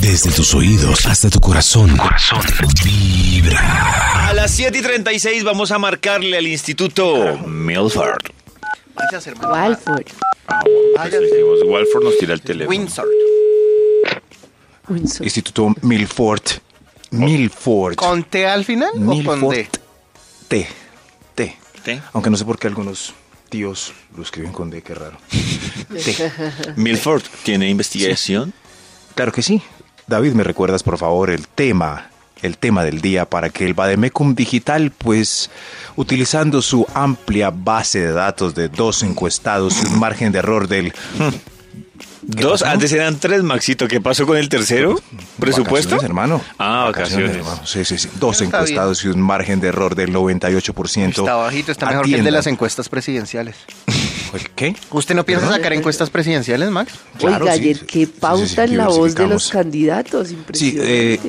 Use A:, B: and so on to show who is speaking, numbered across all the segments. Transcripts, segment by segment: A: Desde tus oídos hasta tu corazón. Corazón. Vibra.
B: A las 7 y 36 vamos a marcarle al Instituto Milford.
C: Gracias, hermano.
D: Walford.
C: Vaya,
B: Walford nos tira el teléfono.
C: Windsor.
D: Windsor.
E: Instituto Milford. Milford.
C: ¿Con T al final o con D?
E: Milford. T. T.
B: ¿T?
E: Aunque no sé por qué algunos tíos lo escriben con D, qué raro. T.
B: Milford tiene investigación.
E: Claro que sí. David, ¿me recuerdas por favor el tema? El tema del día para que el Bademecum Digital, pues utilizando su amplia base de datos de dos encuestados y un margen de error del
B: Dos, antes eran tres, Maxito. ¿Qué pasó con el tercero? ¿Presupuesto?
E: Vacaciones, hermano.
B: Ah, vacaciones.
E: hermano. Sí, sí, sí. Dos
C: Está
E: encuestados y un margen de error del 98%.
C: Está bajito, está mejor que el de las
E: Atiendan.
C: encuestas presidenciales.
E: ¿Qué?
C: ¿Usted no
E: ¿Eh?
C: piensa sacar encuestas presidenciales, Max?
D: Oiga,
E: Claro, sí,
D: ayer
E: sí, sí,
D: qué
E: sí, sí,
D: pauta en la voz de los
E: diversificamos.
D: candidatos,
E: Sí,
D: impresionante.
E: eh,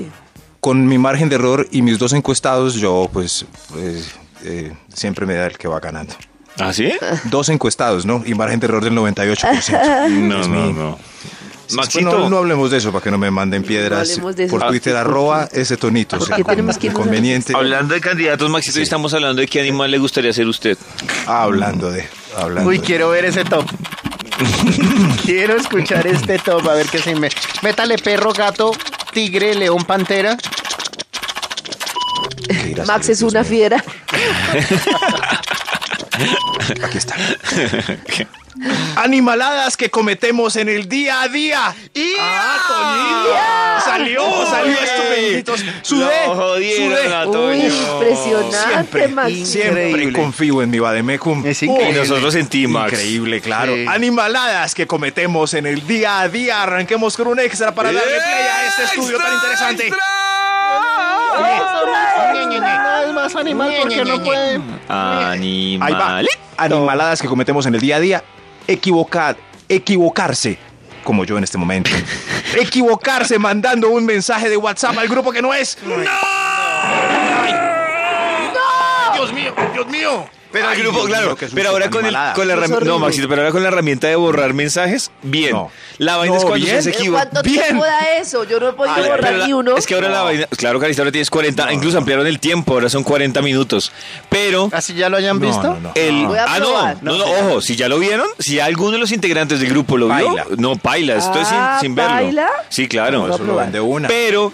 E: con mi margen de error y mis dos encuestados, yo pues, pues, eh, siempre me da el que va ganando.
B: ¿Ah, sí?
E: Dos encuestados, ¿no? Y margen de error del 98%.
B: No,
E: Es
B: no,
E: mi-
B: no.
E: pues, No, no
B: Maxito,
E: hablemos de eso para que no me manden piedras
D: hablemos de eso.
E: por Twitter,
D: Ah,
E: arroba ese tonito.
D: ¿Por
E: sí,
D: qué tenemos que irnos a-
E: inconveniente.
B: hablando de candidatos, Maxito, hoy estamos hablando de qué animal le gustaría ser usted.
E: Hablando de... Hablando
C: Uy,
E: de-
C: quiero ver ese top. quiero escuchar este top, a ver qué se me... Métale perro, gato, tigre, león, pantera.
E: ¿Qué irá a
D: Max
E: ser,
D: es
E: Dios
D: una
E: mío?
D: fiera.
E: Aquí está. Animaladas que cometemos en el día a día. ¡Y Salió, salió esto, benditos. Sudé,
B: Lo jodieron,
E: sudé.
B: a
D: Uy,
B: Toño.
D: impresionante, Max.
E: Siempre confío en mi Bademecum.
C: Es
B: Y
C: increíble.
B: nosotros en ti, Max.
E: Increíble, claro.
C: Sí.
E: Animaladas que cometemos en el día a día. Arranquemos con un extra para darle play a este estudio tan interesante.
C: No es más animal porque no puede...
E: Ahí va.
B: Animal.
E: Animaladas que cometemos en el día a día. Equivocar, equivocarse, como yo en este momento. equivocarse mandando un mensaje de WhatsApp al grupo que no es. ¡No! Dios mío, Dios mío.
B: Pero el
E: Ay,
B: grupo,
E: Dios mío,
B: claro,
E: qué susto,
B: pero ahora
E: qué
B: con, el,
E: animalada.
B: con la
D: Eso es
B: herramienta, no,
D: horrible.
B: Maxito, pero ahora con la herramienta de borrar mensajes, bien.
E: No.
B: La vaina es
E: No,
B: cuando
E: bien.
B: usted se equivoca.
D: ¿Cuánto
E: Bien.
D: tiempo da eso? Yo no he podido
B: Ah, pero
D: borrar
B: la-
D: ni uno.
B: Es que ahora la vaina, claro, Carita, ahora tienes 40, incluso ampliaron el tiempo, ahora son 40 minutos. Pero
C: ¿Así ya lo hayan
E: No,
C: visto?
E: Ah, no, no.
B: el
D: Voy a
B: Ah, no,
D: probar.
B: no, no, ojo, si ya lo vieron, si alguno de los integrantes del grupo lo vio,
E: Baila.
B: no paila, estoy sin,
D: Ah,
B: sin verlo.
D: ¿baila?
B: Sí, claro.
D: No, eso lo ven
E: de una.
B: Pero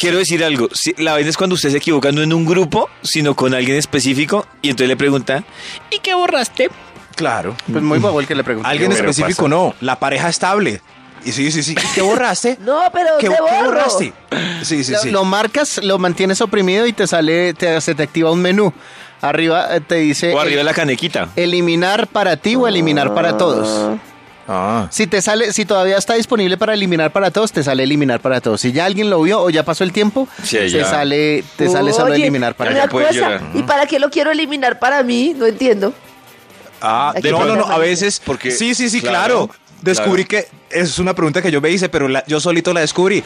B: quiero decir algo, si- la vaina es cuando usted se equivoca no en un grupo, sino con alguien específico y entonces le pregunta, "¿Y qué borraste?"
E: Claro.
C: Pues muy bobo el que le pregunté.
E: Alguien
B: Pero
E: específico
B: pasa.
E: no, la pareja estable. Y sí, sí, sí. ¿Qué borraste?
D: No, pero
E: ¿Qué,
D: te
E: qué
D: borro.
E: borraste? Sí, sí,
C: Lo-
E: sí.
C: Lo marcas, lo mantienes oprimido y te sale, te, se te activa un menú. Arriba eh, te dice
B: O arriba la canequita.
C: eh, eliminar para ti o eliminar para todos.
E: Ah.
C: Si te sale, si todavía está disponible para eliminar para todos, te sale eliminar para todos. Si ya alguien lo vio o ya pasó el tiempo,
B: Sí,
C: te
B: ya.
C: sale, te sale solo
D: Oye,
C: eliminar para
D: una
B: allá.
C: allá.
B: puedes
D: cosa,
B: llorar.
D: ¿Y para qué lo quiero eliminar para mí? No entiendo.
E: Ah,
D: Aquí
E: no,
D: está
E: no,
D: la
E: no, a
D: manito.
E: veces.
B: Porque-
E: sí, sí, sí,
B: claro,
E: claro. Descubrí que es una pregunta que yo me hice, pero la- yo solito la descubrí.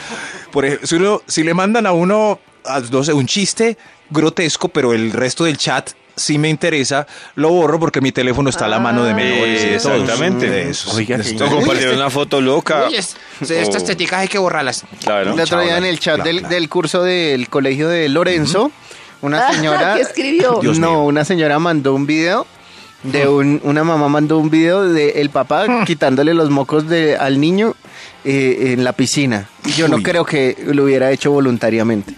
E: Por ejemplo, si, uno- si le mandan a uno, a- no sé, un chiste grotesco, pero el resto del chat sí me interesa, lo borro porque mi teléfono está a la
C: Ah,
E: mano de menores. y de todos.
B: Exactamente.
E: De esos.
B: Oiga,
E: De
B: que-
E: esos.
B: o compartieron una foto loca. Oh.
E: estas teticas hay que borrarlas.
B: Claro.
C: El otro día en el chat
E: Claro,
C: del,
E: claro.
C: del curso del colegio de Lorenzo, una
D: Ah,
C: señora.
D: ¿qué escribió?
E: Dios
C: no,
E: mío.
C: una señora mandó un video de
B: Ah.
C: un, una mamá mandó un video de el papá quitándole los mocos de, al niño eh, en la piscina. Y yo no
E: Uy.
C: creo que lo hubiera hecho voluntariamente.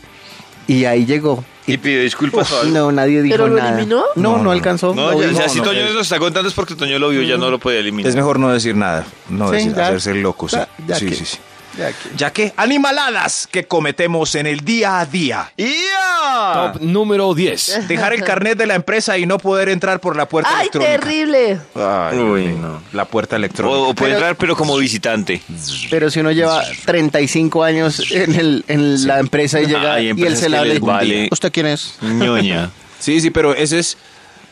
C: Y ahí llegó.
B: Y pidió disculpas.
C: Uf, no, nadie dijo
D: ¿Pero lo
C: nada.
D: eliminó?
C: No,
E: No,
C: no,
E: no, no.
C: alcanzó.
B: No,
C: lo
B: ya,
C: vimos.
B: ya si
C: No,
B: Toño
C: no.
B: nos está contando es porque Toño lo vio, ya no lo podía eliminar.
E: Es mejor no decir nada. No
C: Sí,
E: decir,
C: ya.
E: hacerse el loco. Sí,
C: Ya, ya
E: sí,
C: que-
E: sí, sí.
C: Ya que-
E: Ya que animaladas que cometemos en el día a día.
B: ¡Ya!
A: Top número 10.
E: Dejar el carnet de la empresa y no poder entrar por la puerta
D: ¡Ay,
E: electrónica.
D: terrible!
E: Ay,
B: Uy,
E: Dios mío.
B: no. Oh,
E: La puerta
B: O,
E: electrónica.
B: o puede entrar, pero como visitante.
C: Pero si uno lleva 35 años en, el, en la empresa y llega
B: Hay
C: y él
B: empresas
C: se la
B: que les vale.
C: ¿Usted quién es?
B: Ñoña.
E: Sí, sí, pero ese es.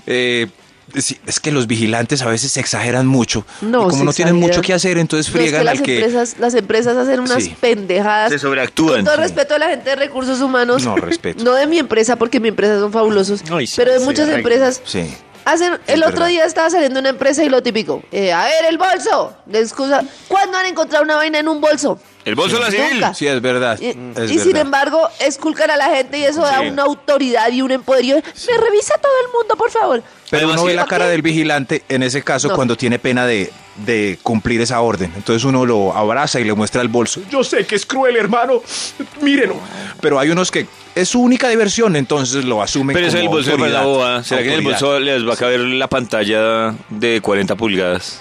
E: eh, sí, es que los vigilantes a veces se exageran mucho.
D: No,
E: y como
D: se
E: no tienen
D: exageran.
E: mucho que hacer, entonces
D: No, es que
E: friegan
D: las,
E: al que.
D: empresas, las empresas hacen unas
E: Sí.
D: pendejadas.
B: Se sobreactúan.
D: Con todo
B: Sí.
D: respeto a la gente de recursos humanos.
E: No, respeto.
D: No de mi empresa, porque mi empresa son fabulosos.
B: Ay, sí,
D: pero de
B: sí,
D: muchas
B: arreglo.
D: empresas.
E: Sí.
D: Hacen, el otro
E: verdad.
D: día estaba saliendo una empresa y lo típico. eh, a ver, el bolso. La excusa. ¿Cuándo han encontrado una vaina en un bolso?
B: El bolso de la civil.
D: Nunca.
E: Sí, es verdad.
D: Y, y
E: es verdad.
D: sin embargo, esculcan a la gente y eso da
B: Sí.
D: una autoridad y un empoderío. Me revisa todo el mundo, por favor.
E: Pero
B: Además
E: uno
B: que-
E: ve la
D: ¿Por
E: cara
D: qué?
E: del vigilante en ese caso
D: No.
E: cuando tiene pena de, de cumplir esa orden. Entonces uno lo abraza y le muestra el bolso. Yo sé que es cruel, hermano. Mírenlo. Pero hay unos que es su única diversión, entonces lo asumen
B: Pero eso
E: como
B: el bolso es
E: autoridad,
B: la boba. ¿Será que en el
E: autoridad.
B: bolso les va a caber la pantalla de 40 pulgadas?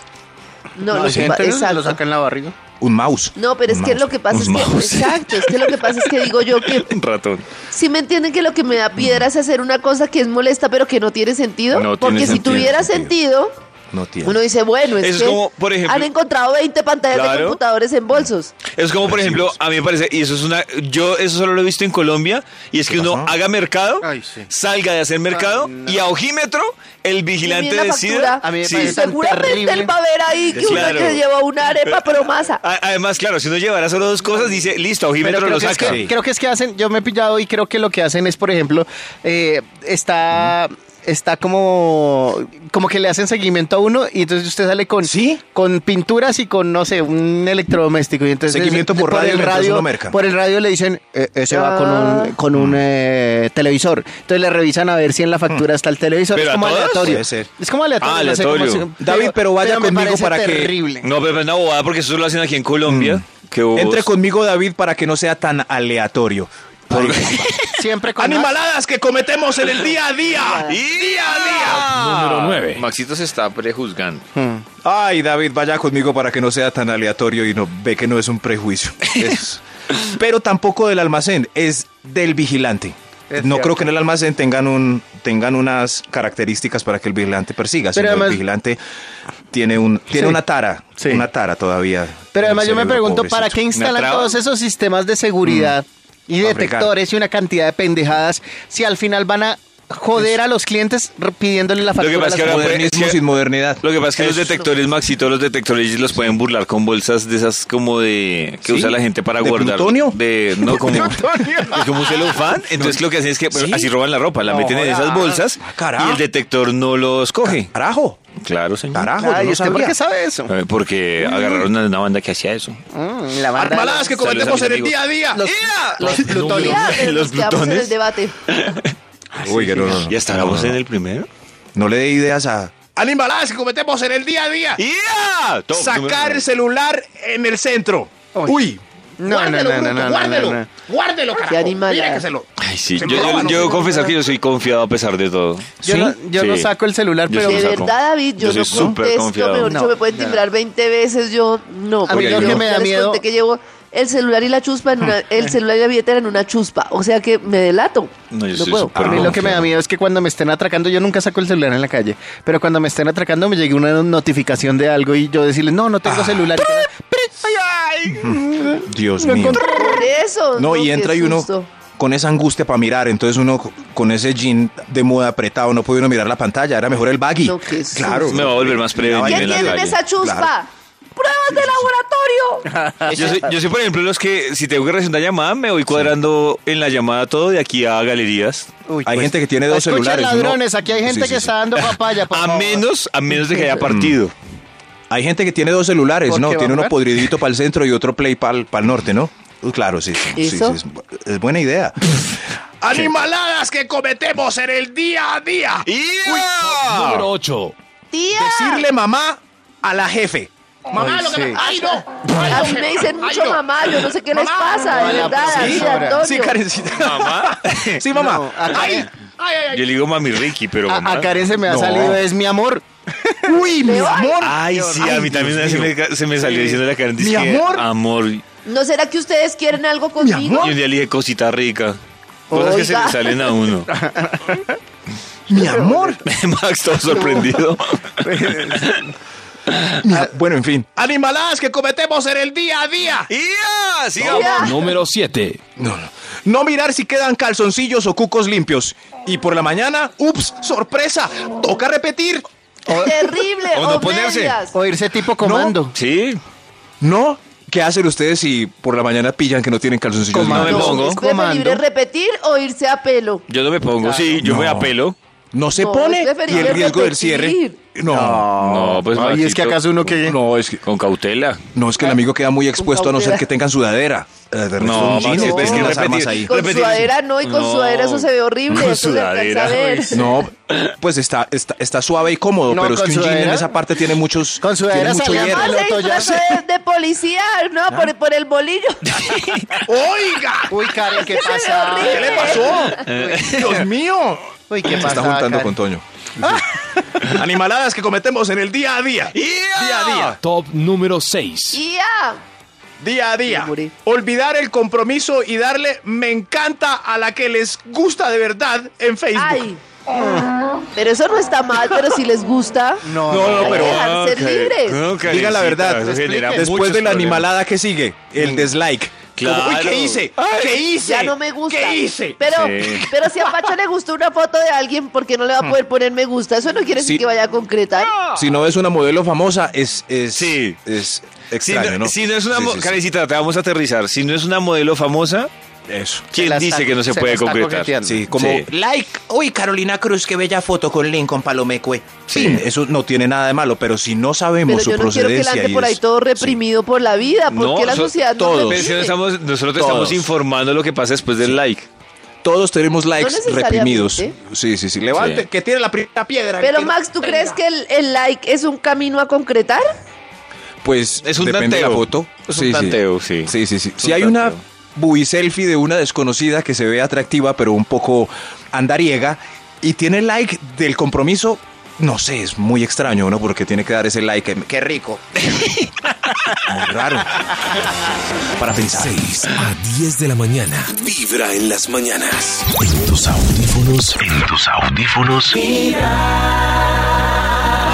D: No, lo
C: hay
D: que
C: gente
D: pa-
C: que se lo
D: exacto.
C: saca en la barriga.
E: Un mouse.
D: No, pero es
E: Un
D: que
E: mouse.
D: lo que pasa
B: Un
D: es que.
B: mouse.
D: Exacto, es que lo que pasa es que digo yo que.
B: Un ratón.
D: Si me entienden que lo que me da piedra es hacer una cosa que es molesta, pero que no tiene sentido.
B: No tiene
D: porque si
B: sentido.
D: tuviera sentido,
E: No tiene.
D: uno dice, bueno, es,
B: Eso es
D: que
B: como, por ejemplo-
D: han encontrado 20 pantallas de
B: Claro.
D: computadores en bolsos.
B: Es como, por ejemplo, a mí me parece, y eso es una. Yo eso solo lo he visto en Colombia, y es que uno
E: Ajá.
B: haga mercado,
C: Ay, sí.
B: salga de hacer mercado,
C: Ay, no.
B: y a ojímetro, el vigilante
D: Y viene la
B: decida.
D: factura.
C: A mí me
B: si-
C: parece tan
D: Seguramente
C: terrible.
D: él va a ver ahí que
B: Claro.
D: uno que lleva una arepa pero masa.
B: A- Además, claro, si uno llevara solo dos cosas, dice, listo,
C: Pero
B: ojímetro
C: creo,
B: lo
C: que es
B: saca.
C: que, creo que es que hacen, yo me he pillado y creo que lo que hacen es, por ejemplo, eh, está, está como, como que le hacen seguimiento a uno y entonces usted sale con,
E: ¿Sí?
C: con pinturas y con, no sé, un electrodoméstico. Y entonces
E: Seguimiento por radio
C: el
E: mientras
C: radio,
E: uno merca.
C: por el radio le dicen, eh, ese va con
D: Ah.
C: un, con un eh, televisor. Entonces le revisan a ver si en la
E: Mm.
C: factura está el televisor.
B: ¿Pero
C: es
B: a
C: como
B: todas?
C: aleatorio.
E: Puede ser.
C: Es como aleatorio.
B: Ah,
C: no sé cómo
B: aleatorio.
C: se-
E: David, pero vaya
C: me
E: conmigo
C: parece
E: para que-
C: terrible.
B: No, pero es una bobada porque eso lo hacen aquí en Colombia. Que vos-
E: Mm. Entre conmigo, David, para que no sea tan aleatorio. Porque-
C: Siempre con
E: Animaladas que cometemos en el día a día. día a día.
B: Número 9. Maxito se está prejuzgando.
E: Ay, David, vaya conmigo para que no sea tan aleatorio y no ve que no es un prejuicio. Es- pero tampoco del almacén, es del vigilante.
C: Es
E: no
C: cierto.
E: creo que en el almacén tengan, un, tengan unas características para que el vigilante persiga,
C: Pero
E: sino
C: además-
E: el vigilante tiene, un, tiene
C: Sí.
E: una tara,
C: Sí.
E: una tara todavía. en el
C: Pero además yo me
E: cerebro,
C: pregunto,
E: pobrecito.
C: ¿para qué instalan
B: traba?
C: todos esos sistemas de seguridad y
E: Pa' fregar.
C: detectores y una cantidad de pendejadas si al final van a joder a los clientes re- pidiéndole la factura?
B: que pasa es
C: a
B: que
C: las
B: ahora
C: personas?
E: Modernismo
B: Es que-
E: sin modernidad. Eh,
B: Lo que pasa es que los detectores, Maxito, los detectores los pueden burlar con bolsas de esas como de. que
E: ¿Sí?
B: usa la gente para
E: ¿De
B: guardar.
E: plutonio?
B: De, no, como. es como un celofán. Entonces lo que hacen es que pues,
E: ¿Sí?
B: así roban la ropa, la
E: No,
B: meten en
E: joda.
B: esas bolsas
E: Ah, carajo.
B: y el detector no los coge.
E: Carajo,
B: Claro, señor.
E: carajo, yo
C: Ay,
E: no
C: ¿usted por
E: sabía.
C: qué sabe eso?
B: Eh, Porque
E: Mm.
B: agarraron a una banda que hacía eso.
C: Mm, la banda-
E: Armaladas que
B: Saludos a mis
E: cometemos en el
B: amigos.
E: día a día.
C: Los-
E: los
B: plutonios.
D: Ya, pero
B: Los
D: nos quedamos en
B: plutones.
D: el debate.
E: Oiga, no, no, no.
B: ¿Y estábamos
E: No, no,
B: en
E: no.
B: el primero?
E: No le dé ideas a... Animaladas que cometemos en el día a día.
B: ¡Ya! Top
E: sacar
B: número-
E: el celular en el centro.
C: Uy.
E: Uy.
C: No, no, no, no, no, no, no,
E: guárdelo,
C: no.
E: guárdelo, carajo.
D: Qué animal.
E: Mire que se lo-
B: Ay, sí.
E: Se
B: Yo,
E: me
B: yo,
E: roban,
B: yo
E: no,
B: confesar que yo soy confiado a pesar de todo.
C: Yo, no, yo no
B: Sí.
C: saco el celular,
B: Yo
C: pero...
B: sí
D: De
B: lo saco.
D: verdad, David, yo,
B: Yo soy
D: no
B: súper
D: contesto,
B: confiado.
D: mejor dicho,
C: No,
D: me pueden
C: ya.
D: timbrar 20 veces, yo
C: A
D: no.
C: mí
D: porque
C: lo
D: yo
C: que me
D: ya
C: da
D: les
C: miedo-
D: conté que llevo el celular y la chuspa en una, el celular y la billetera en una chuspa, o sea que me delato.
B: No, yo
D: no
B: soy
D: puedo. Ah.
B: súper
C: A mí lo que me da
B: confiado.
C: miedo es que cuando me estén atracando, yo nunca saco el celular en la calle, pero cuando me estén atracando me llegue una notificación de algo y yo decirle, no, no tengo celular.
E: Dios mío.
D: Por eso.
E: No, y
D: qué
E: entra y uno
D: susto.
E: con esa angustia para mirar. Entonces uno co- con ese jean de moda apretado no puede uno mirar la pantalla. Era mejor el baggy.
D: No, qué susto.
E: claro.
B: Me va a volver más prevenido
D: ¿Qué
B: en la
D: tienen
B: calle.
D: esa chuspa?
E: Claro.
D: ¡Pruebas de laboratorio!
B: Yo soy, yo soy, por ejemplo, los que si tengo que recibir una llamada, me voy cuadrando en la llamada todo de aquí a galerías.
C: Uy,
E: Hay
C: pues,
E: gente que tiene dos
C: escuchen,
E: celulares. uno-
C: ladrones, aquí hay gente
E: Sí, sí,
C: que
E: sí.
C: está dando papaya. por
B: A
C: favor.
B: menos, a menos de que
C: Mm.
B: haya partido.
E: Hay gente que tiene dos celulares,
C: ¿Por
E: ¿no?
C: qué,
E: Tiene uno
C: Bamber?
E: podridito para el centro y otro play para el norte, ¿no? Uh, Claro, sí. sí, sí,
D: ¿Eso?
E: sí, es bu- es, buena idea. Animaladas que cometemos en el día a día.
A: Número 8.
D: ¡Tía!
E: Decirle mamá a la jefe.
C: Ay, sí.
E: ¡Ay, no!
D: A mí me dicen mucho
E: no.
D: mamá, yo no sé qué les
E: Mamá.
D: pasa, de
C: Hola,
B: pues
D: verdad,
C: profesora.
D: sí, Antonio.
E: Sí, Karencita. ¿Mamá? Sí, mamá.
C: No, a, Karen,
B: Yo le digo mami Ricky, pero
C: a-
B: mamá.
C: a Karen se me ha
E: No.
C: salido, es mi amor.
E: ¡Uy, mi
D: Peor.
E: amor!
B: Ay, sí, a mí también una vez se me, se me salió diciendo la Karen.
E: Mi
B: dizque,
E: amor.
B: Amor. Y
D: ¿No será que ustedes quieren algo conmigo?
B: un día le dije cosita rica. Cosas que se
D: Oiga.
B: le salen a uno.
E: ¡Mi amor!
B: Max, todo sorprendido.
E: Ah, bueno, en fin. ¡Animaladas que cometemos en el día a día!
B: ¡Ya! Sigamos.
D: Ya.
A: Número 7.
E: No, no. No mirar si quedan calzoncillos o cucos limpios. Y por la mañana, ¡ups! ¡Sorpresa! ¡Toca repetir!
D: Terrible,
B: O
D: o,
B: no ponerse.
D: medias.
C: O irse tipo comando.
B: Sí.
E: ¿No? ¿Qué hacen ustedes si por la mañana pillan que no tienen calzoncillos
C: Comando.
E: limpios?
B: me pongo.
D: Es preferible
C: Comando.
D: repetir o irse a pelo.
B: Yo no me pongo. Sí, yo me
E: No.
B: apelo.
E: No se
D: No,
E: pone
D: es
E: y
D: preferible
E: el riesgo del
D: repetir.
E: cierre No.
B: No, pues.
C: Ay, es que
B: Maxito,
C: acaso uno que-
E: No, es que,
B: Con cautela.
E: no, es que el amigo queda muy expuesto a no ser que tengan sudadera. Eh, de resto,
B: No,
E: un jean,
B: Maxito,
E: ves
D: es que
E: las armas
B: repetir-
E: ahí.
D: Con
B: Repetir-
D: sudadera no, y con
B: No,
D: sudadera eso se ve horrible.
B: con
D: eso se alcanza a
B: sudadera,
D: ver.
B: uy,
E: No, pues está, está, está suave y cómodo,
C: No,
E: pero es
C: con
E: que un jean en
C: sudadera.
E: esa parte tiene muchos.
C: Con sudadera
E: tiene mucho
C: salía
E: hierro.
C: mal. ¿eh?
D: Además,
C: el otro
D: se
C: ya-
D: disfraza de, de policía, ¿no? Por, por el bolillo.
E: ¡Oiga!
C: Uy, Karen, ¿qué pasa?
D: horrible. ¿Qué le Eh.
E: pasó? ¡Dios mío!
C: Uy, ¿qué
E: Se
C: pasa? Ah.
E: está juntando
C: Karen?
E: con Toño. Animaladas que cometemos en el día a día. Día a día.
A: Top número 6.
D: ¡Ya!
E: Día a
D: Me morí.
E: Olvidar el compromiso y darle me encanta a la que les gusta de verdad en Facebook.
D: ¡Ay! Pero eso no está mal, pero si les gusta.
C: No,
E: No, no,
D: hay
E: pero-
D: que dejarse
B: Ah, ok.
D: libres.
B: No, Karencita,
E: Diga la verdad.
B: eso genera
E: Después
B: muchos
E: de la
B: problemas. Mm.
E: animalada que sigue, el dislike.
B: Claro.
E: Como, "Uy, ¿Qué hice? ¿Qué hice?
D: Ya no me gusta.
E: ¿Qué hice?
D: Pero,
B: Sí.
D: pero si a Pacho le gustó una foto de alguien, ¿por qué no le va a poder poner me gusta? Eso no quiere decir
E: Sí.
D: que vaya a concretar.
E: Si no es una modelo famosa, es, es,
B: Sí.
E: es
B: Si
E: extraño,
B: no,
E: ¿no?
B: si no es una.
E: Sí,
B: mo-
E: sí, sí.
B: Karencita, te vamos a aterrizar. Si no es una modelo famosa,
E: Eso.
C: Se
B: ¿quién
C: la está-
B: dice que no se,
C: se la
B: puede
C: está
B: concretar?
C: coqueteando.
E: Sí, como
B: Sí.
E: like. Uy, Carolina Cruz, qué bella foto con Lincoln Palomecue. Sí, eso no tiene nada de malo, pero si no
D: Pero yo
E: sabemos su
D: no quiero que él
E: procedencia.
D: ande
E: y
D: por ahí
E: es-
D: todo
E: sí.
D: reprimido por la vida. ¿Por qué la
B: so-
D: sociedad no
E: todos.
D: lo
B: Pero si no
D: permite?
B: estamos- nosotros te
E: Todos.
B: estamos informando lo que pasa después del like.
E: Todos tenemos likes
D: necesariamente.
E: reprimidos. Sí, sí, sí. Levante,
B: Sí.
E: que tiene la primera piedra.
D: Pero
E: que-
D: Max, ¿tú crees que el, el like es un camino a concretar?
E: Pues
B: Es un
E: depende de la
B: tanteo.
E: foto.
B: Es un tanteo, sí.
E: Sí, sí, sí.
B: Es
E: Si
B: un
E: hay una
B: tanteo.
E: bui selfie de una desconocida que se ve atractiva, pero un poco andariega, y tiene like del compromiso, no sé, es muy extraño, ¿no? Porque tiene que dar ese like. ¡Qué rico! muy raro. Para pensar.
A: 6 a 10 de la mañana. Vibra en las mañanas. En tus audífonos. En tus audífonos.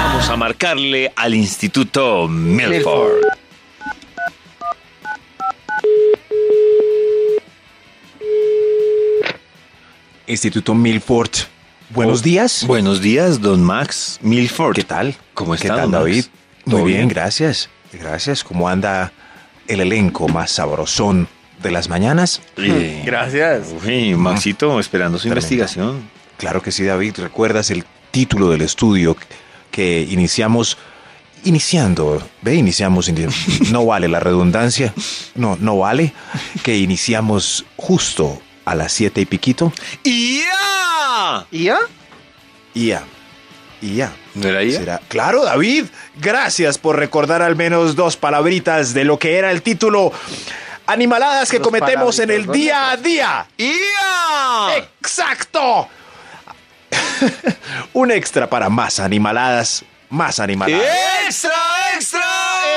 B: Vamos a marcarle al Instituto Milford.
E: Instituto Milford.
B: Oh,
E: Buenos días.
B: Buenos días, don Max Milford.
E: ¿Qué tal?
B: ¿Cómo
E: ¿Qué
B: está, don
E: tal,
B: Max?
E: David?
B: ¿Todo
E: Muy bien?
B: bien?
E: gracias. Gracias. ¿Cómo anda el elenco más sabrosón de las mañanas?
B: Gracias. Uy, Maxito, esperando su
E: Tremendo.
B: investigación.
E: Claro que sí, David. ¿Recuerdas el título del estudio que iniciamos? Iniciando, ve, iniciamos, indi- no vale la redundancia, no, no vale, que iniciamos justo a las siete y piquito,
B: ¡Ya!
C: ¿Y ya?
E: y ya, y ya.
B: ¿No era ella?
E: Será- Claro, David. Gracias por recordar al menos dos palabritas de lo que era el título Animaladas que
C: Dos
E: cometemos en el
C: palabritas,
E: día a día. ¡Ia! ¡Exacto! Un extra para más animaladas, más animaladas.
B: ¡Extra, extra!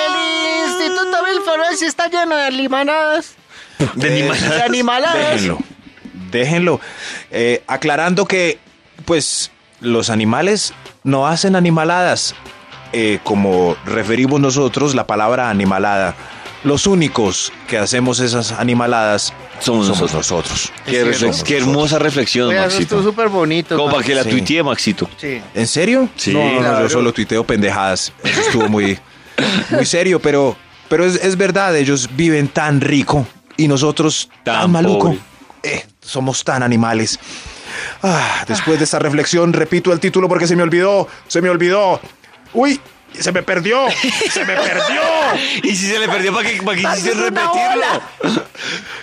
C: El Instituto Milford sí está lleno de limanadas.
B: De
C: Eh, De
B: animal.
C: animaladas.
E: Déjenlo. Déjenlo. Eh, aclarando que, pues, los animales no hacen animaladas. Eh, como referimos nosotros la palabra animalada. Los únicos que hacemos esas animaladas
B: Somos nosotros.
E: nosotros.
B: Qué,
C: Es
B: re-
C: cierto.
B: qué hermosa reflexión,
C: Oiga, eso estuvo
B: Maxito.
C: súper bonito.
B: Como para
C: Max.
B: que la
E: Sí.
B: tuitee, Maxito.
C: Sí.
E: ¿En serio?
B: Sí,
E: no, no, no,
C: claro.
E: yo solo tuiteo pendejadas. Eso estuvo muy, muy serio, pero, pero es, es verdad, ellos viven tan rico y nosotros tan,
B: Tan
E: maluco.
B: pobre.
E: Eh, somos tan animales. Ah, después de esta reflexión, repito el título porque se me olvidó, se me olvidó. ¡Uy! ¡Se me perdió! ¡Se me perdió!
B: Y si se le perdió, ¿para qué, para
D: Max, es una ola.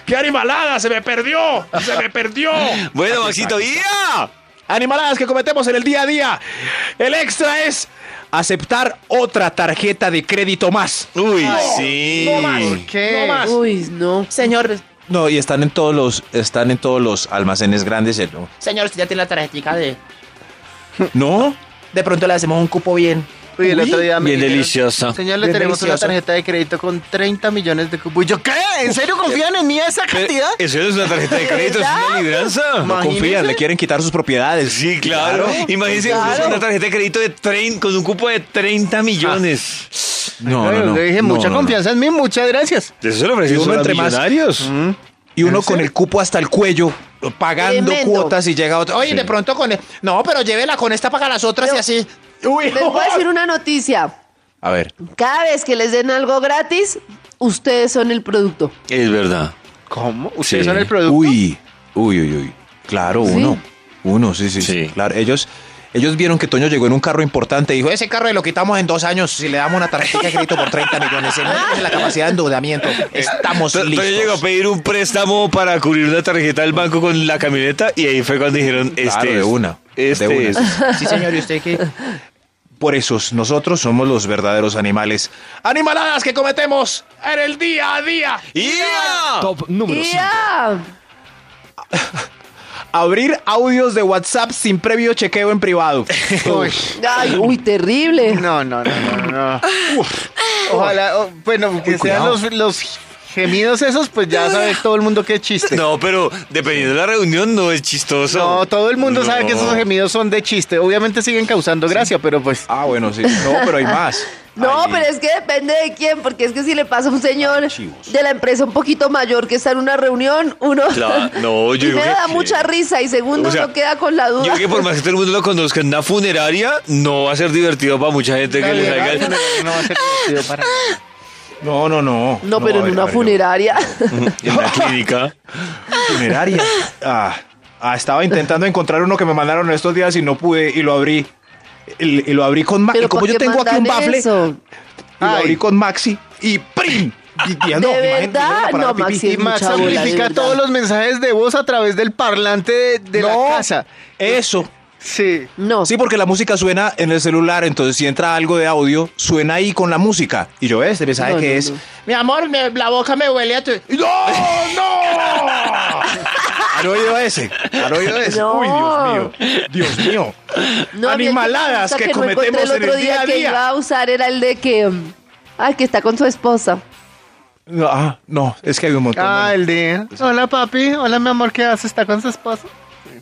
E: ¡Qué animalada! ¡Se me perdió! ¡Se me perdió!
B: Bueno, Maxito, ¡ya!
E: Animaladas que cometemos en el día a día. El extra es aceptar otra tarjeta de crédito más.
B: Uy, sí.
C: ¿Por qué?
D: Eh, Uy, no.
F: Señor,
E: No, y están en todos los, están en todos los almacenes grandes. ¿eh? ¿no?
F: señor, usted ya tiene la tarjetita de...
E: No,
F: De pronto le hacemos un cupo bien.
C: Uy, el otro día me
B: Bien
C: dijeron,
B: deliciosa.
C: Señor, le
E: Bien
C: tenemos
E: deliciosa.
C: una tarjeta de crédito con 30 millones de cupos. ¿Y yo qué? ¿En
E: Eh,
C: serio confían en mí a esa cantidad?
B: Eso es una tarjeta de crédito, es una libranza.
E: no confían, le quieren quitar sus propiedades.
B: Sí, claro. Imagínense
D: Claro.
B: una tarjeta de crédito de trein- con un cupo de 30 millones.
E: No, no,
C: Claro,
E: no.
C: Le dije,
E: No,
C: mucha
E: no, no.
C: confianza en mí, muchas gracias.
B: Eso se lo ofrecen
E: Y uno
B: solo a
E: entre más-
B: millonarios.
E: Y uno con el cupo hasta el cuello, pagando
D: Tremendo.
E: cuotas y llega otro. Oye,
F: Oye, de pronto
E: e-
F: con... el- No, pero llévela con esta para las otras y así.
E: uy.
D: Les voy a decir una noticia.
E: A ver,
D: Cada vez que les den algo gratis, ustedes son el producto.
B: Es verdad.
C: ¿Cómo? ¿Ustedes
B: Sí.
C: son el producto?
E: Uy, uy, uy, uy. Claro,
D: Sí.
E: uno. Uno, sí, sí, sí.
B: Sí.
E: Claro, ellos, Ellos vieron que Toño llegó en un carro importante y dijo, ese carro lo quitamos en dos años si le damos una tarjeta de crédito por 30 millones. Se mete la capacidad de endeudamiento. Estamos
B: Yo
E: listos.
B: llegó a pedir un préstamo para cubrir una tarjeta del banco con la camioneta y ahí fue cuando dijeron, este
E: Claro, de
B: es,
E: una.
B: Este
E: de una.
B: es.
E: Sí, señor, ¿y usted qué? Por eso nosotros somos los verdaderos animales. ¡Animaladas que cometemos en el día a día!
B: ¡Ya!
G: Top número 5.
D: ¡Ya!
E: Abrir audios de WhatsApp sin previo chequeo en privado.
C: Uy,
D: Ay, uy, terrible.
C: no, no, no, no, no. Ojalá, oh, bueno, que sean los, los gemidos esos, pues ya sabe todo el mundo qué chiste.
B: No, pero dependiendo de la reunión no es chistoso.
C: No, todo el mundo sabe
B: No.
C: que esos gemidos son de chiste. Obviamente siguen causando gracia, pero pues.
E: Ah, bueno, sí. No, pero hay más.
D: No,
E: Hay-
D: pero es que depende de quién, porque es que si le pasa a un señor
E: Chivos.
D: de la empresa un poquito mayor que está en una reunión, uno
B: Claro, no, yo digo
D: primero
B: que-
D: da mucha risa y segundo
B: O sea,
D: uno queda con la duda.
B: Yo creo que por más que todo el mundo lo conozca en una funeraria, no va a ser divertido para mucha gente que le salga. el-
C: No va a ser divertido para
E: No, no, no.
D: no, pero
E: a ver,
D: en una
E: a ver,
D: funeraria.
B: En la clínica.
E: Funeraria. Ah, ah, estaba intentando encontrar uno que me mandaron estos días y no pude y lo abrí. Y, y lo abrí con Maxi.
D: pero
E: Como
D: ¿por
E: yo
D: qué
E: tengo aquí un
D: mandan
E: bafle,
D: eso?
E: y lo
C: Ay.
E: abrí con Maxi y ¡prim! Y, ya no,
D: ¿De
E: imagínate,
D: verdad?
E: era para
D: No,
E: la pipí.
D: Maxi,
C: Y Max
D: Mucha bola, de
C: amplifica
D: verdad.
C: todos los mensajes de voz a través del parlante de, de
E: No,
C: la casa.
E: Eso.
C: Sí.
D: No.
E: Sí, porque la música suena en el celular, entonces si entra algo de audio, suena ahí con la música. Y yo, este mensaje
D: No,
E: que
D: no,
E: es.
D: no.
F: Mi amor, me- la boca me huele a tu...
E: ¡No! ¡No! ¿Han oído ese? ¿Han oído ese?
D: No.
E: Uy, Dios mío. Dios mío.
D: No, a mí el
E: Animaladas
D: taxista
E: que,
D: me encontré
E: cometemos
D: el
E: en
D: otro
E: el día a
D: que iba
E: día.
D: a usar era el de que mm, ay, que está con su esposa.
E: No, ah, no, es que hay un montón.
C: Ah,
E: ¿no?
C: el de.
B: Pues
C: Hola, papi. Hola, mi amor. ¿Qué haces? ¿Está con su esposo?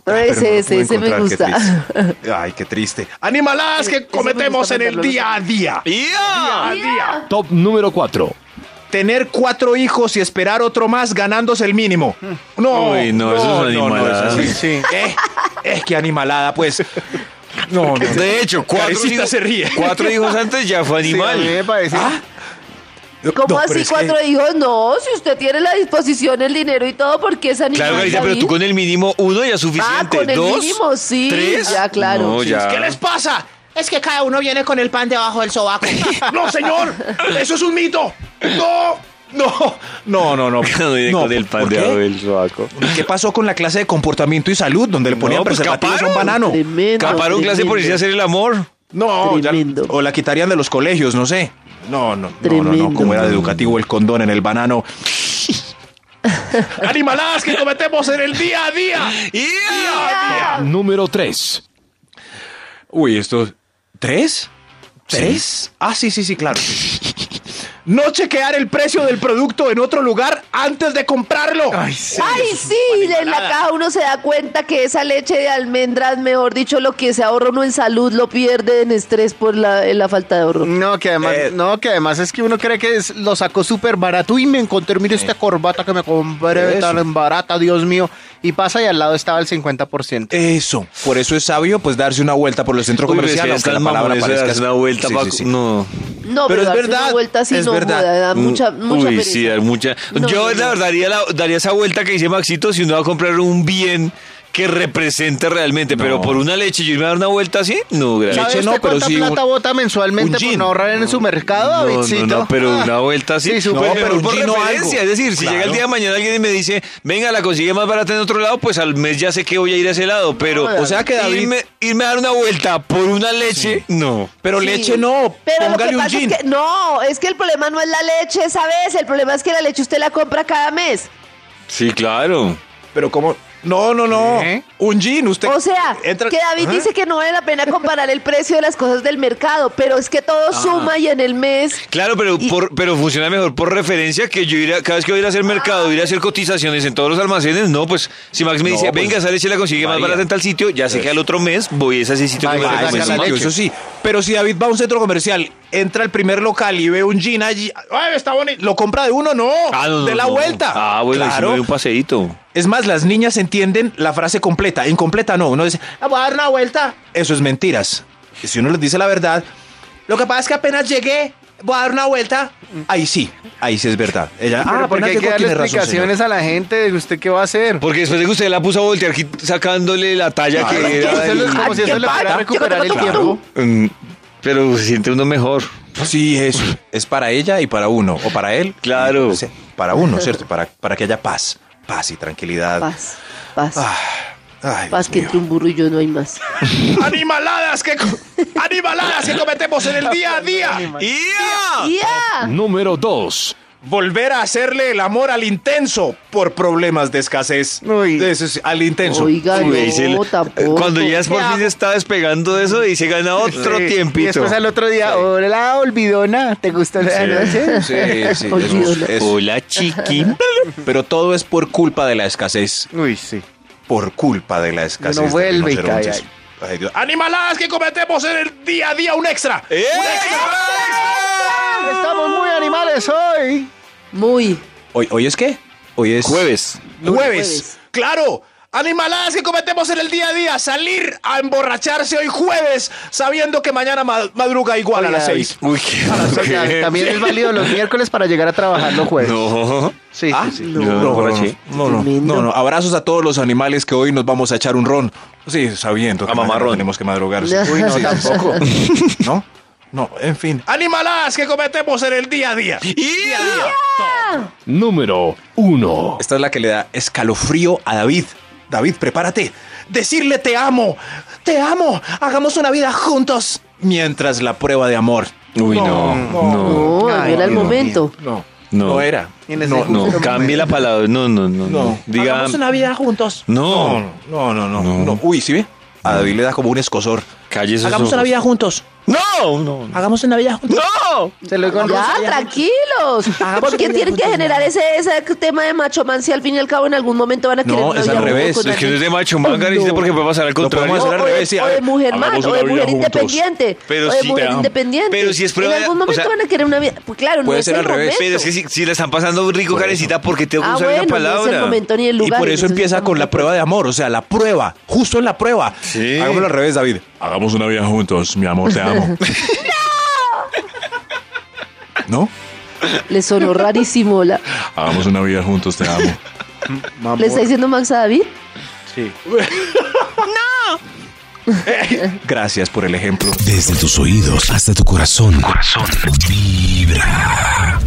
E: Pero no
D: ese,
E: lo
D: ese,
E: pude
D: ese me gusta.
E: encontrar, qué triste. Ay, qué triste. Animaladas
D: Ese-
E: que
D: ese me gusta
E: cometemos en el
D: mandarlo,
E: día a día.
B: ¡Ya!
G: Top número 4.
E: Tener cuatro hijos y esperar otro más ganándose el mínimo. No,
B: Uy, no, eso es animalada.
E: eso sí.
C: Sí.
E: Eh, es que animalada, pues. No, no, no.
B: De hecho, cuatro
E: Karencita
B: hijos,
E: se ríe.
B: cuatro hijos antes ya fue
C: Sí, a mí
B: animal.
C: me parece.
E: No,
D: ¿Cómo
E: pero
D: así
E: es que-
D: cuatro hijos? No, si usted tiene la disposición, el dinero y todo, porque es animal.
B: Claro, Carita, pero
D: David?
B: tú con el mínimo uno ya es
D: Ah,
B: suficiente.
D: con el
B: Dos,
D: mínimo, sí.
B: tres.
D: Ya, claro.
E: Oh,
B: No, ya.
F: ¿Qué les pasa? Es que cada uno viene con el pan debajo del sobaco.
E: ¡No, señor! ¡Eso es un mito! ¡No! No, no, no, no.
B: No, viene con
E: ¿por-
B: el pan
E: por
B: de
E: qué?
B: el sobaco.
E: ¿Qué pasó con la clase de comportamiento y salud donde le ponían
B: No, pues
E: preservativos a un
B: caparon.
E: banano?
D: Tremendo.
B: Caparon clase por irse a hacer el amor.
E: No, ya-
D: Tremendo.
E: o la quitarían de los colegios, no sé. No, no, no, no, no,
D: Tremendo.
E: como era de educativo el condón en el banano. Animaladas que cometemos en el día a día.
G: Número 3.
E: Uy, estos ¿Tres? ¿Tres? Ah, sí, sí, sí, claro. No chequear el precio del producto en otro lugar antes de comprarlo.
D: Ay, sí, en la caja uno se da cuenta que esa leche de almendras, mejor dicho, lo que se ahorra uno en salud lo pierde en estrés por la, en la falta de ahorro.
C: No, que además,
E: Eh.
C: no, que además es que uno cree que es- lo sacó súper barato y me encontré, mire esta corbata que me compré
E: Eso.
C: tan barata, Dios mío. Y pasa y al lado estaba el
E: Eh,
C: 50%.
E: Eso. Por eso es sabio, pues, darse una vuelta por el centro
B: Uy, pero es que
E: comercial.
B: ya
E: aunque
B: están
E: la palabra
B: mamones,
E: parezca-
B: das una vuelta
E: Sí,
B: pa-
E: sí, sí.
B: No. Mm,
D: No,
E: Pero
D: pero,
E: es
D: darse
E: verdad,
D: una vuelta así
E: es
D: no
E: verdad. Mm.
D: joda, da mucha, mucha
B: Uy,
D: pereza.
B: sí, dar mucha.
D: No,
B: Yo, la
D: no, no.
B: verdad, daría, la- daría esa vuelta que dice Maxito si uno va a comprar un bien que represente realmente. Pero por una leche, yo irme a dar una vuelta así, no, gracias.
C: ¿Sabe
D: este
E: Leche
C: usted
E: no, pero
C: cuánta
E: sí un-
C: plata bota
E: un
C: mensualmente por
E: gin.
C: no ahorrar en su mercado,
B: No,
C: Davidcito?
B: no, no, pero
C: Ah.
B: una vuelta así.
C: Sí,
B: no,
C: súper.
B: pero
E: un
B: por
E: gin o
B: referencia.
E: algo.
B: Es decir, si llega el
E: Claro.
B: día de mañana alguien y me dice, venga, la consigue más barata en otro lado, pues al mes ya sé que voy a ir a ese lado. Pero,
E: o sea que David-
B: irme, irme a dar una vuelta por una leche, no.
E: Pero
D: Sí.
E: leche no.
D: Pero lo
E: Póngale
D: que
E: un
D: pasa
E: gin.
D: Es que, no, es que el problema no es la leche esa vez, el problema es que la leche usted la compra cada mes.
B: Sí, claro.
E: Pero como... No, no, no.
C: ¿Qué?
E: Un gin. Usted...
D: ¿Eh? O sea,
E: entra-
D: que David
E: Ajá.
D: dice que no vale la pena comparar el precio de las cosas del mercado, pero es que todo
E: Ah.
D: suma y en el mes
B: Claro, pero,
D: Y- Ah,
B: por- pero funciona mejor por referencia que yo ir a- cada vez que voy a ir a hacer mercado, ir a hacer cotizaciones en todos los almacenes, no, pues si Max me
E: No,
B: dice,
E: pues,
B: venga, esa leche la consigue más
E: varía.
B: barata en tal sitio, ya sé que al otro mes voy a ese sitio que me
E: Ah,
C: saca
E: ese
C: la
E: sitio,
B: recomendó Max.
C: leche.
E: eso sí. Pero si David va a un centro comercial, entra al primer local y ve un jean allí. ¡Ay, está bonito! ¿Lo compra de uno? No.
B: Ah, no, no,
E: de la
B: no.
E: vuelta.
B: Ah, bueno, y si me doy un paseíto.
E: Es más, las niñas entienden la frase completa. Incompleta no. Uno dice, "Ah, voy a dar una vuelta. Eso es mentiras. Y si uno les dice la verdad, lo que pasa es que apenas llegué, voy a dar una vuelta. Ahí sí, ahí sí es verdad. Ella,
C: Pero
E: ah,
C: porque
E: apenas
C: hay que
E: llegó,
C: darle
E: tiene razón, señor.
C: explicaciones a la gente de usted qué va a hacer.
B: Porque después de que usted la puso a voltear aquí, sacándole la talla
E: Claro,
B: que
E: es
B: era.
C: Eso es lo-
B: del-
C: como si eso le fuera a recuperar el tiempo.
B: Mm, Pero se siente uno mejor.
E: Sí, eso. Es para ella y para uno. O para él.
B: Claro.
E: Sí, Para uno, ¿cierto? Para, para que haya paz. Paz y tranquilidad.
D: Paz, paz.
E: Ah, ay,
D: paz,
E: Dios
D: que
E: mío.
D: entre un burro y yo no hay más.
E: ¡Animaladas que, co- animaladas que cometemos en el día a día! Ah,
B: ¡Ya!
D: ¡Ya!
G: Número 2.
E: Volver a hacerle el amor al intenso por problemas de escasez.
C: Uy.
E: Eso sí, al intenso.
D: Oiga,
B: Uy, ahí se le-
D: no, tampoco.
B: Cuando ya es por fin se está despegando de eso y se gana otro
C: Sí. Y
B: tiempito.
C: después al otro día, hola, olvidona, ¿te gustó la noche?
E: Sí, sí, eso-
D: Olvídalo.
E: eso.
B: Hola, chiqui.
E: Pero todo es por culpa de la escasez.
C: Uy, sí.
E: Por culpa de la escasez.
C: Uno
E: de
C: vuelve y
E: rinocerontes.
C: cae
E: Ay, Dios. ¡Animaladas que cometemos en el día a día! ¡Un extra!
B: ¡Eh!
C: Estamos muy animales hoy.
D: Muy.
E: ¿Hoy, hoy es qué? Hoy es...
B: Jueves.
E: Lunes, Jueves.
D: Jueves.
E: Claro. Animaladas que cometemos en el día a día. Salir a emborracharse hoy jueves sabiendo que mañana ma- madruga igual a
C: Oiga,
E: las seis.
B: Uy, qué.
C: O sea, También es válido los miércoles para llegar a trabajar los jueves.
B: No.
C: Sí, sí,
E: Ah,
C: sí.
E: no, no, no, no, no,
D: Tremendo.
E: no, no. Abrazos a todos los animales que hoy nos vamos a echar un ron. Sí, sabiendo que
B: A mamarrón.
E: mañana tenemos que madrugar. sí.
D: Uy, no,
E: Sí, sí, sí.
C: tampoco.
E: No, no, en fin. Animaladas que cometemos en el día a día.
G: Número 1.
E: Esta es la que le da escalofrío a David. David, prepárate. Decirle te amo. Te amo. Hagamos una vida juntos. Mientras la prueba de amor.
B: Uy, no. No.
D: No, no era el
C: no,
D: momento.
E: No.
B: No.
E: era.
C: En ese
E: No,
C: justo
B: No,
C: momento.
B: cambie la palabra. No, no, no. no.
E: No.
B: Diga.
F: Hagamos una vida juntos.
B: No.
E: No, no, no, no. no. Uy, ¿sí ve? A David le da como un escosor.
B: Calle esos
F: Hagamos una
B: ojos.
F: vida juntos.
B: No, no.
F: Hagamos una vida juntos.
B: No. Ah,
C: Se lo digo en
D: Ya, tranquilos.
B: pues
F: Hagamos
D: Porque
F: una
D: tienen que
F: vida
D: generar ese, ese tema de machomancia. Al fin y al cabo, en algún momento van a querer.
E: No,
D: una
E: es
D: vida
E: al revés.
D: con
B: Es que no
D: alguien.
B: es de macho manga, ni siquiera porque puede pasar al
E: Lo
B: contrario.
E: podemos hacer al
D: O
E: revés, sí,
D: de, o de
E: hagamos
D: mujer man,
B: una
D: o
B: vida
D: de mujer
B: juntos.
D: independiente.
B: Pero
D: o de
B: sí,
D: mujer
B: te amo.
D: independiente.
B: Pero si es prueba
D: En
B: de-
D: algún
B: o
D: momento
B: sea,
D: van a querer una vida. Pues claro,
E: puede
D: no
E: ser
D: es
E: al
D: el
E: revés.
D: momento.
B: Pero es que si, si la están pasando rico, carecita, porque tengo que
D: Ah,
B: usar la
D: bueno, no es el
B: palabra?
D: momento ni el
E: Y
D: lugar.
E: por eso
D: entonces
E: empieza
D: estamos
E: con la
D: de
E: prueba de amor, o sea, la prueba, justo en la prueba.
B: Sí.
E: Hagámoslo al revés, David. Hagamos una vida juntos, mi amor, te amo. ¿No?
D: acuerdo. Le sonó rarísimo. La...
E: Hagamos una vida juntos, te amo.
D: ¿Le está diciendo Max a David?
E: Gracias por el ejemplo.
A: Desde tus oídos hasta tu corazón. Corazón. Vibra.